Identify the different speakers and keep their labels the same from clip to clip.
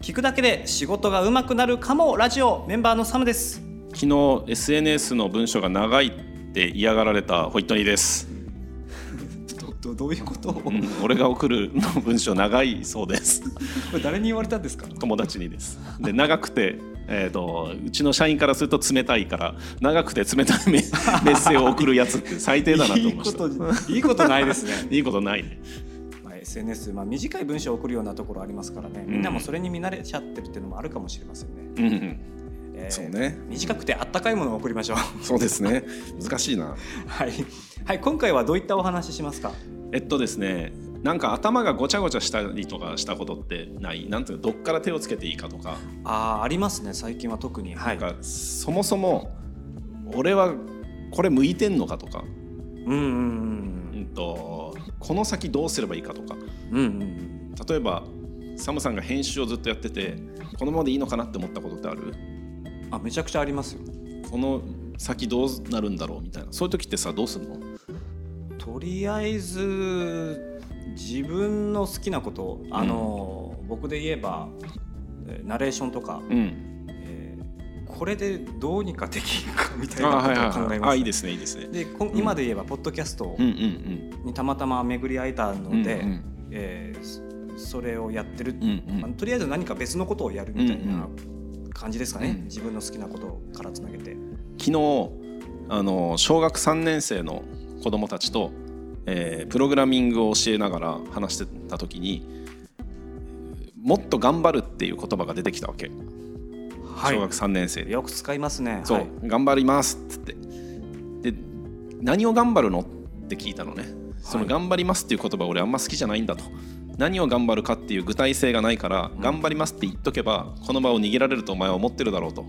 Speaker 1: 聞くだけで仕事が上手くなるかもラジオメンバーのサムです
Speaker 2: 昨日 SNS の文章が長いって嫌がられたホイットニーです、
Speaker 3: どどどういうことを
Speaker 2: うん俺が送るの文章長いそうです
Speaker 3: これ誰に言われたんですか
Speaker 2: 友達にですで長くてえー、とうちの社員からすると冷たいから長くて冷たいメ メッセージを送るやつって最低だなと思
Speaker 3: い
Speaker 2: い
Speaker 3: い
Speaker 2: ま
Speaker 3: こ
Speaker 2: した
Speaker 3: といいことないですね
Speaker 2: いいことないね
Speaker 3: まあ SNS、まあ、短い文章を送るようなところありますからね、
Speaker 2: ん
Speaker 3: みんなもそれに見慣れちゃってるっていうのもあるかもしれませんね、
Speaker 2: うんうん
Speaker 3: えー
Speaker 4: そうね
Speaker 3: 短くてあったかいものを送りましょう
Speaker 4: そうですね難しいな
Speaker 3: はい、はい、今回はどういったお話ししますか
Speaker 2: えっとですねなんか頭がごちゃごちゃしたりとかしたことってないなんていうのどっから手をつけていいかとか
Speaker 3: あーありますね最近は特にはい
Speaker 2: なんかそもそも俺はこれ向いてんのかとか、
Speaker 3: うんうん
Speaker 2: うんとこの先どうすればいいかとか
Speaker 3: うんうんうん
Speaker 2: 例えばサムさんが編集をずっとやっててこのままでいいのかなって思ったことってある
Speaker 3: あめちゃくちゃありますよ
Speaker 2: この先どうなるんだろうみたいなそういう時ってさどうするの
Speaker 3: とりあえず自分の好きなことあの、僕で言えばえーナレーションとか、
Speaker 2: うん
Speaker 3: えーこれでどうにかできるかみたい
Speaker 2: あはい
Speaker 3: な
Speaker 2: は
Speaker 3: ことを考
Speaker 2: い
Speaker 3: え
Speaker 2: はい
Speaker 3: ま
Speaker 2: あ
Speaker 3: す
Speaker 2: いい
Speaker 3: ね。
Speaker 2: ですねいい
Speaker 3: で
Speaker 2: ですね
Speaker 3: こん今で言えばポッドキャスト
Speaker 2: うんうん
Speaker 3: にたまたま巡り会えた
Speaker 2: うん
Speaker 3: ので、えーそそれをやってる、
Speaker 2: うんうん
Speaker 3: まあとりあえず何か別のことをやるみたいな
Speaker 2: う
Speaker 3: 感じですかね、
Speaker 2: うん
Speaker 3: 自分の好きなことからつなげて。
Speaker 2: 昨日あの小学3年生の子供たちと、えープログラミングを教えながら話してた時にもっと頑張るっていう言葉が出てきたわけ、
Speaker 3: はい
Speaker 2: 小学3年生で、
Speaker 3: よく使いますね。
Speaker 2: そう、
Speaker 3: はい
Speaker 2: 頑張りますっつってで何を頑張るのって聞いたのね、その頑張りますっていう言葉俺あんま好きじゃないんだと何を頑張るかっていう具体性がないから、頑張りますって言っとけばこの場を逃げられるとお前は思ってるだろうと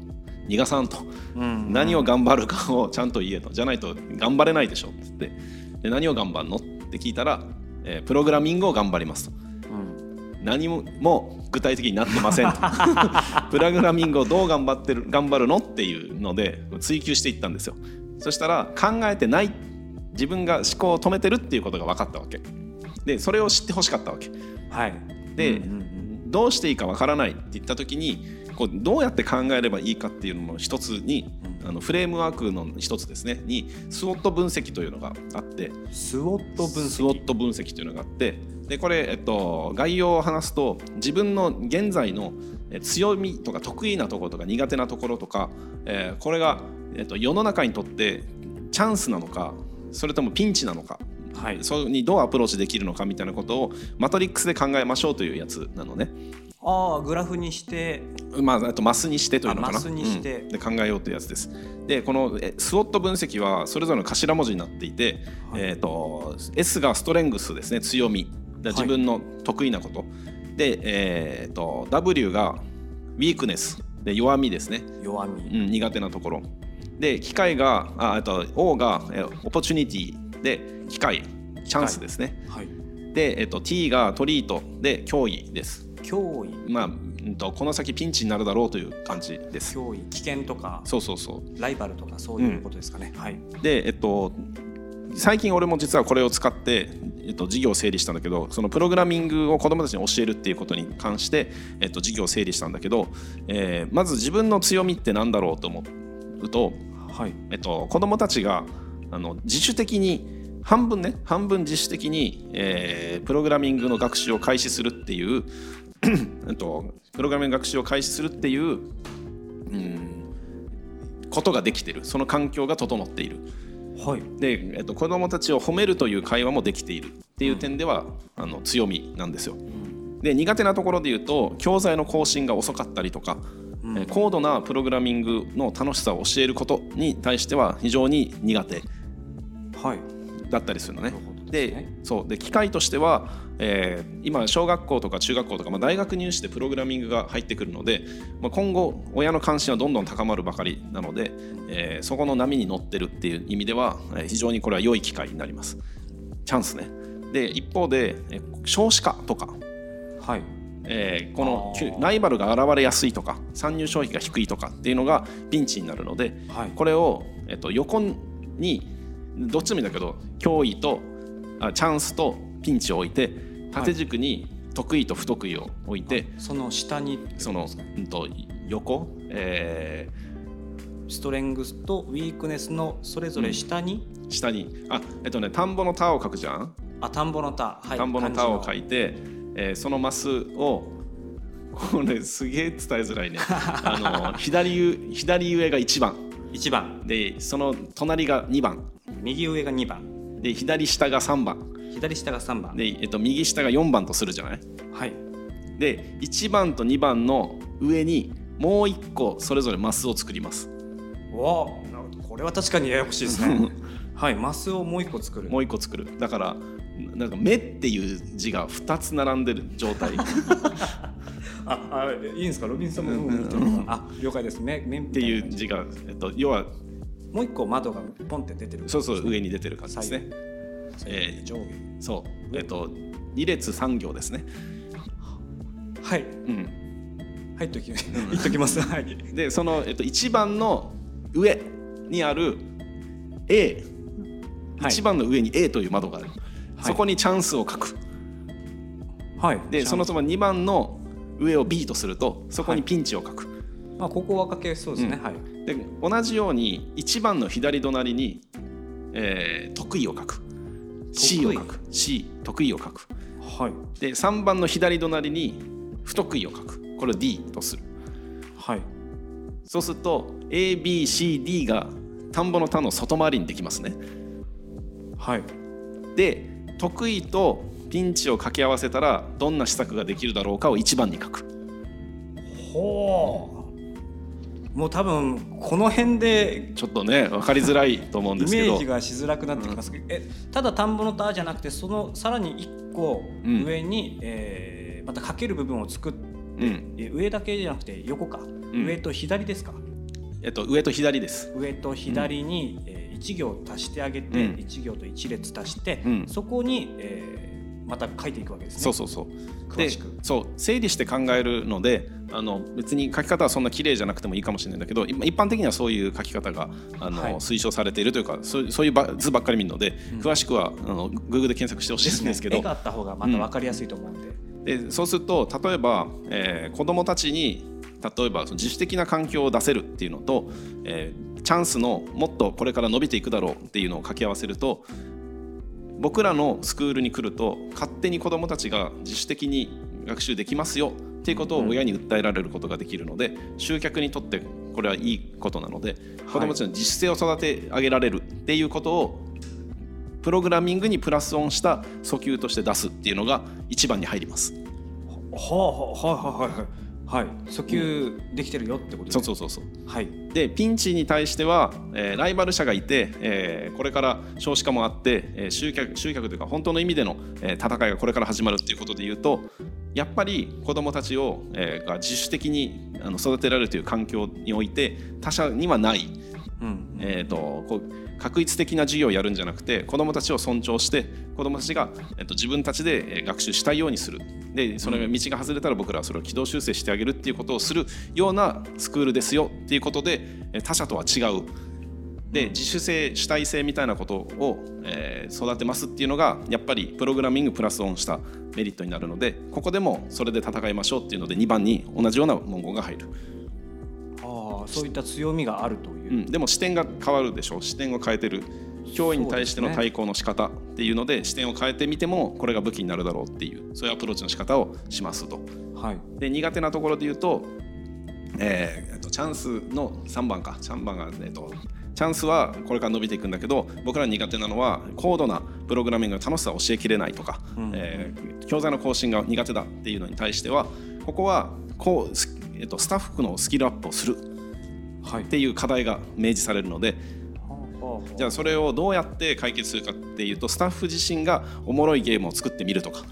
Speaker 2: 逃がさんと
Speaker 3: うん
Speaker 2: 何を頑張るかをちゃんと言えとじゃないと頑張れないでしょって言ってで何を頑張るのって聞いたら、えープログラミングを頑張りますと
Speaker 3: うん
Speaker 2: 何ももう具体的になってませんとプログラミングをどう頑張ってる頑張るのっていうので追求していったんですよそしたら考えてない自分が思考を止めてるっていうことが分かったわけでそれを知ってほしかったわけ
Speaker 3: はい、
Speaker 2: で、
Speaker 3: うんうんうん
Speaker 2: どうしていいかわからないって言った時にこうどうやって考えればいいかっていうのの一つにあのフレームワークの一つですねにスウォット分析というのがあって
Speaker 3: スウォット分析
Speaker 2: スウォット分析というのがあってでこれ、えっと、概要を話すと自分の現在のえ強みとか得意なところとか苦手なところとか、えーこれが、えっと、世の中にとってチャンスなのかそれともピンチなのか
Speaker 3: はい
Speaker 2: それにどうアプローチできるのかみたいなことをマトリックスで考えましょうというやつなのね。
Speaker 3: ああグラフにして
Speaker 2: まあ、あとマスにしてというのか
Speaker 3: あ
Speaker 2: な
Speaker 3: マスにして
Speaker 2: うんで考えようというやつですでこのえスウォット分析はそれぞれの頭文字になっていて、
Speaker 3: はい
Speaker 2: えー、と S がストレングスですね強みだ
Speaker 3: はい
Speaker 2: 自分の得意なこと、で、えー、と W がウィークネスで弱みですね、
Speaker 3: 弱み、
Speaker 2: うん、苦手なところで機械がああと O がオポチュニティで機械チャンスですね、
Speaker 3: はい
Speaker 2: で、えー、と T がトリートで脅威です
Speaker 3: 脅威
Speaker 2: まあ、うんとこの先ピンチになるだろうという感じです。
Speaker 3: 脅威危険とか
Speaker 2: そうそうそ
Speaker 3: ライバルとかそういうことですかね、はい、
Speaker 2: う。で、えっと最近俺も実はこれを使って、えっと、授業を整理したんだけどそのプログラミングを子どもたちに教えるっていうことに関して、えっと、授業を整理したんだけど、えーまず自分の強みってなんだろうと思うと、
Speaker 3: はい、
Speaker 2: えっと、子どもたちがあの自主的に半分ね半分自主的に、えープログラミングの学習を開始するっていう、 えっと、プログラミング学習を開始するっていう、うん、ことができてるその環境が整っている
Speaker 3: はい、
Speaker 2: で、えっと、子どもたちを褒めるという会話もできているっていう点では、あの強みなんですよ。で苦手なところで言うと教材の更新が遅かったりとか、えー高度なプログラミングの楽しさを教えることに対しては非常に苦手
Speaker 3: はい、
Speaker 2: だったりするのね
Speaker 3: なるほ。ど
Speaker 2: で
Speaker 3: ですね
Speaker 2: そうで機会としては、えー今小学校とか中学校とか、まあ、大学入試でプログラミングが入ってくるので、まあ、今後親の関心はどんどん高まるばかりなので、えーそこの波に乗ってるっていう意味では、えー非常にこれは良い機会になりますチャンスねで一方で、えー少子化とか、
Speaker 3: はい、
Speaker 2: えーこの
Speaker 3: あー
Speaker 2: きゅライバルが現れやすいとか参入障壁が低いとかっていうのがピンチになるので、
Speaker 3: はい
Speaker 2: これを、えっと、横にどっちでもいいんだけど脅威とあチャンスとピンチを置いて縦軸に、得意と不得意を置いて
Speaker 3: その下に
Speaker 2: その、うん、と横、え
Speaker 3: ストレングスとウィークネスのそれぞれ下に、
Speaker 2: ー下にあえっとね田んぼの田を書くじゃん、
Speaker 3: あ田んぼの田、はい、
Speaker 2: 田んぼの田を書
Speaker 3: 漢字
Speaker 2: いて、えーそのマスをこれすげえ伝え づらいねあの左う左上が1番
Speaker 3: の一番
Speaker 2: でその隣が2番
Speaker 3: 右上が2番
Speaker 2: で左下が3番
Speaker 3: 左下が3番
Speaker 2: で、えっと、右下が4番とするじゃない
Speaker 3: はい
Speaker 2: で1番と2番の上にもう1個それぞれマスを作ります
Speaker 3: おーなるほどこれは確かにややこしいです ねはいマスをもう一個作る
Speaker 2: もう1個作るだからなんか目っていう字が2つ並んでる状態っ
Speaker 3: ああいいんですかロビンソンも、あ了解ですねって
Speaker 2: いう字が、えっと、要は
Speaker 3: もう一個窓がポンって出てる
Speaker 2: そうそう上に出てる感じですねえー
Speaker 3: 上下
Speaker 2: そうえっと2列3行ですね
Speaker 3: はい
Speaker 2: うん
Speaker 3: はいとき言っとき ますはい
Speaker 2: でその、えっと、1番の上にある A、
Speaker 3: はい
Speaker 2: 1番の上に A という窓がある、そこにチャンスを書く
Speaker 3: はい
Speaker 2: でその
Speaker 3: じゃ
Speaker 2: ま2番の上を B とするとそこにピンチを書く、
Speaker 3: あまあここはかけそうですね、
Speaker 2: うん
Speaker 3: はい
Speaker 2: で同じように1番の左隣に、えー得意を書く C を書く C 得意を書く
Speaker 3: はい
Speaker 2: で3番の左隣に不得意を書くこれを D とする
Speaker 3: はい
Speaker 2: そうすると ABCD が田んぼの田の外回りにできますね
Speaker 3: はい
Speaker 2: で得意とピンチを掛け合わせたらどんな施策ができるだろうかを1番に書く
Speaker 3: ほうもう多分この辺で
Speaker 2: ちょっとね分かりづらいと思うん
Speaker 3: イ
Speaker 2: ですけ
Speaker 3: メ
Speaker 2: ど
Speaker 3: ージがしづらくなってきますけど、えただ田んぼの田じゃなくてそのさらに1個
Speaker 2: ん
Speaker 3: 上に、えーまたかける部分を作って
Speaker 2: うん
Speaker 3: え上だけじゃなくて横か、
Speaker 2: ん
Speaker 3: 上と左ですか
Speaker 2: えっと、上と左です
Speaker 3: 上と左に、えー、1行足してあげて、
Speaker 2: うん
Speaker 3: 1行と1列足して、
Speaker 2: うん
Speaker 3: そこに、えーまた書いていくわけですね
Speaker 2: そうそうそう
Speaker 3: 詳
Speaker 2: で
Speaker 3: しく
Speaker 2: そう整理して考えるのであの別に書き方はそんな綺麗じゃなくてもいいかもしれないんだけど今一般的にはそういう書き方があの、
Speaker 3: はい
Speaker 2: 推奨されているというかそうそういうば図ばっかり見るので、詳しくはあの Google で検索してほしいんですけど
Speaker 3: 絵があった方がまた分かりやすいと思うんで、
Speaker 2: でそうすると例えば、えー子どもたちに例えばその自主的な環境を出せるっていうのと、えーチャンスのもっとこれから伸びていくだろうっていうのを掛け合わせると僕らのスクールに来ると勝手に子どもたちが自主的に学習できますよっていうことを親に訴えられることができるので、集客にとってこれはいいことなので子どもたちの自主性を育て上げられるっていうことをプログラミングにプラスオンした訴求として出すっていうのが一番に入ります。
Speaker 3: はあはあはいはいはいはい訴求できてるよってことです
Speaker 2: そう
Speaker 3: ね
Speaker 2: そうそうそう
Speaker 3: はい
Speaker 2: でピンチに対しては、えーライバル社がいて、えーこれから少子化もあって、えー集客集客というか本当の意味での、えー戦いがこれから始まるっていうことで言うとやっぱり子どもたちを、えーが自主的にあの育てられるという環境において他者にはない、
Speaker 3: うん
Speaker 2: えー、とこう確一的な授業をやるんじゃなくて子どもたちを尊重して子どもたちが、えっと自分たちでえー学習したいようにするでその道が外れたら僕らはそれを軌道修正してあげるっていうことをするようなスクールですよっていうことでえー他者とは違う。で自主性主体性みたいなことを、えー育てますっていうのがやっぱりプログラミングプラスオンしたメリットになるのでここでもそれで戦いましょうっていうので2番に同じような文言が入る、
Speaker 3: ああそういった強みがあるという
Speaker 2: う、ん、でも視点が変わるでしょう視点を変えてる脅威に対しての対抗の仕方っていうので視点を変えてみてもこれが武器になるだろうっていうそういうアプローチの仕方をしますと。
Speaker 3: はい
Speaker 2: で苦手なところで言うと,、えーえっとチャンスの3番か3番が、えっとチャンスはこれから伸びていくんだけど僕ら苦手なのは高度なプログラミングの楽しさを教えきれないとか、えー教材の更新が苦手だっていうのに対してはここはこう、すえっとスタッフのスキルアップをする
Speaker 3: はい
Speaker 2: っていう課題が明示されるのでじ
Speaker 3: ゃ
Speaker 2: ゃあそれをどうやって解決するかっていうとスタッフ自身がおもろいゲームを作ってみるとか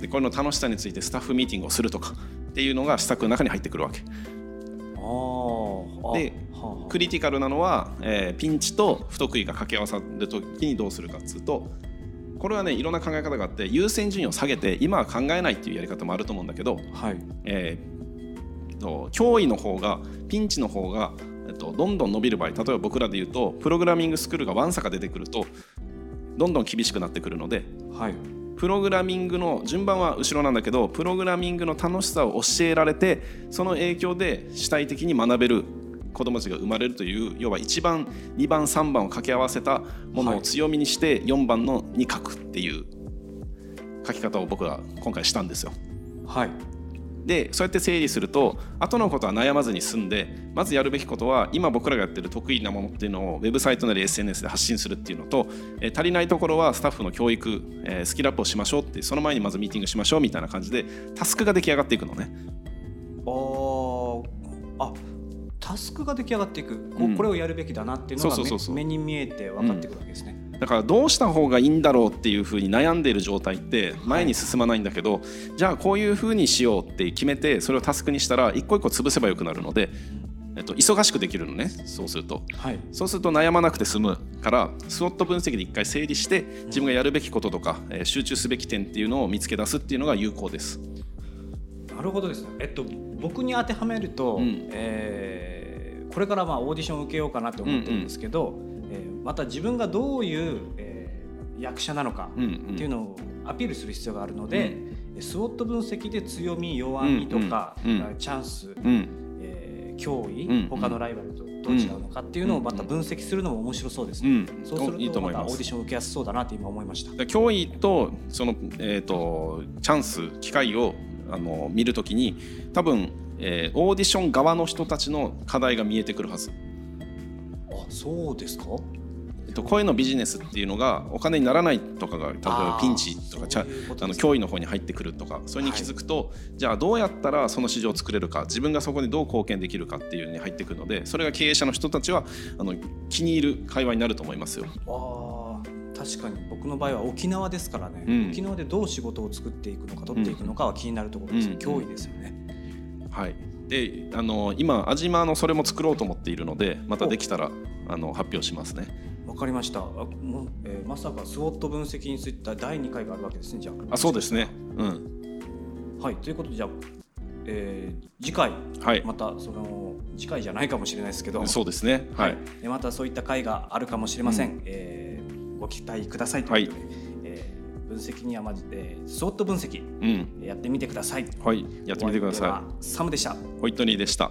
Speaker 2: でこれの楽しさについてスタッフミーティングをするとかっていうのが施策の中に入ってくるわけ
Speaker 3: あーあ
Speaker 2: で
Speaker 3: はあはあ
Speaker 2: クリティカルなのは、えーピンチと不得意が掛け合わさる時にどうするかっつうとこれはねいろんな考え方があって優先順位を下げて今は考えないっていうやり方もあると思うんだけど、
Speaker 3: はい
Speaker 2: えーと脅威の方がピンチの方が、えっと、どんどん伸びる場合例えば僕らで言うとプログラミングスクールがワンサか出てくるとどんどん厳しくなってくるので
Speaker 3: はい
Speaker 2: プログラミングの順番は後ろなんだけどプログラミングの楽しさを教えられてその影響で主体的に学べる子どもたちが生まれるという要は1番2番3番を掛け合わせたものを強みにして4番のに書くっていう書き方を僕は今回したんですよ。
Speaker 3: はい
Speaker 2: でそうやって整理すると後のことは悩まずに済んでまずやるべきことは今僕らがやってる得意なものっていうのをウェブサイトなり SNS で発信するっていうのと、えー足りないところはスタッフの教育、えースキルアップをしましょうってその前にまずミーティングしましょうみたいな感じでタスクが出来上がっていくのね。
Speaker 3: あーあタスクが出来上がっていくこ,、
Speaker 2: うん
Speaker 3: これをやるべきだなっていうのが
Speaker 2: そうそうそうそう
Speaker 3: 目目に見えて分かってくるわけですね、
Speaker 2: だからどうした方がいいんだろうっていうふうに悩んでいる状態って前に進まないんだけど、じゃあこういうふうにしようって決めてそれをタスクにしたら一個一個潰せばよくなるので、えっと、忙しくできるのねそうすると。
Speaker 3: はい
Speaker 2: そうすると悩まなくて済むからスウォット分析で一回整理して自分がやるべきこととか、えー集中すべき点っていうのを見つけ出すっていうのが有効です。
Speaker 3: なるほどですね。えっと僕に当てはめると、
Speaker 2: うん
Speaker 3: えーこれからまあオーディションを受けようかなと思ってるんですけど、えーまた自分がどういう、えー役者なのか
Speaker 2: うん
Speaker 3: っていう
Speaker 2: の
Speaker 3: のをアピールする必要があるので、スウォット分析で強み弱みとか、
Speaker 2: うんうんうん
Speaker 3: チャンス、
Speaker 2: うん
Speaker 3: えー脅威、
Speaker 2: うん
Speaker 3: 他のライバルとどう違うのかっていうのをまた分析するのも面白そうです
Speaker 2: う
Speaker 3: ね。
Speaker 2: ん、
Speaker 3: そうす
Speaker 2: おい
Speaker 3: る
Speaker 2: いと
Speaker 3: と
Speaker 2: 思
Speaker 3: ま
Speaker 2: い
Speaker 3: たオ
Speaker 2: ま
Speaker 3: ー
Speaker 2: す
Speaker 3: ディションを受けやすそうだなって今思いました。
Speaker 2: だから脅威とその、えー、とチャンス機会をあの見るときに多分、えーオーディション側の人たちの課題が見えてくるはず、
Speaker 3: あ、そうですか。
Speaker 2: えっと、声のビジネスっていうのがお金にならないとかが例えば
Speaker 3: あー
Speaker 2: ピンチとかチャ
Speaker 3: そういうこと
Speaker 2: あの
Speaker 3: ですね
Speaker 2: 脅威の方に入ってくるとかそれに気づくと、じゃあどうやったらその市場を作れるか自分がそこにどう貢献できるかっていうのに入ってくるのでそれが経営者の人たちはあの気に入る会話になると思いますよ。
Speaker 3: あー確かに僕の場合は沖縄ですからね、
Speaker 2: うん
Speaker 3: 沖縄でどう仕事を作っていくのか取っていくのかは気になるところです、
Speaker 2: うん
Speaker 3: 脅威ですよね、
Speaker 2: はい、であの今安島のそれも作ろうと思っているのでまたできたらあの発表しますね。
Speaker 3: わかりましたあもう、えーまさかスウォット分析について第2回があるわけですねじゃあ
Speaker 2: あそうですね、うん
Speaker 3: はいということでじゃあ、えー次回
Speaker 2: はい
Speaker 3: またその次回じゃないかもしれないですけど
Speaker 2: そうですね
Speaker 3: は
Speaker 2: はいい、、
Speaker 3: でまたそういった回があるかもしれません、えーご期待くださいということで、えー分析にはまず、えースウォット分析
Speaker 2: うん
Speaker 3: やってみてください
Speaker 2: はい、やってみてくだ
Speaker 3: お相
Speaker 2: さ
Speaker 3: 手はサムでした
Speaker 2: い。ホイットニーでした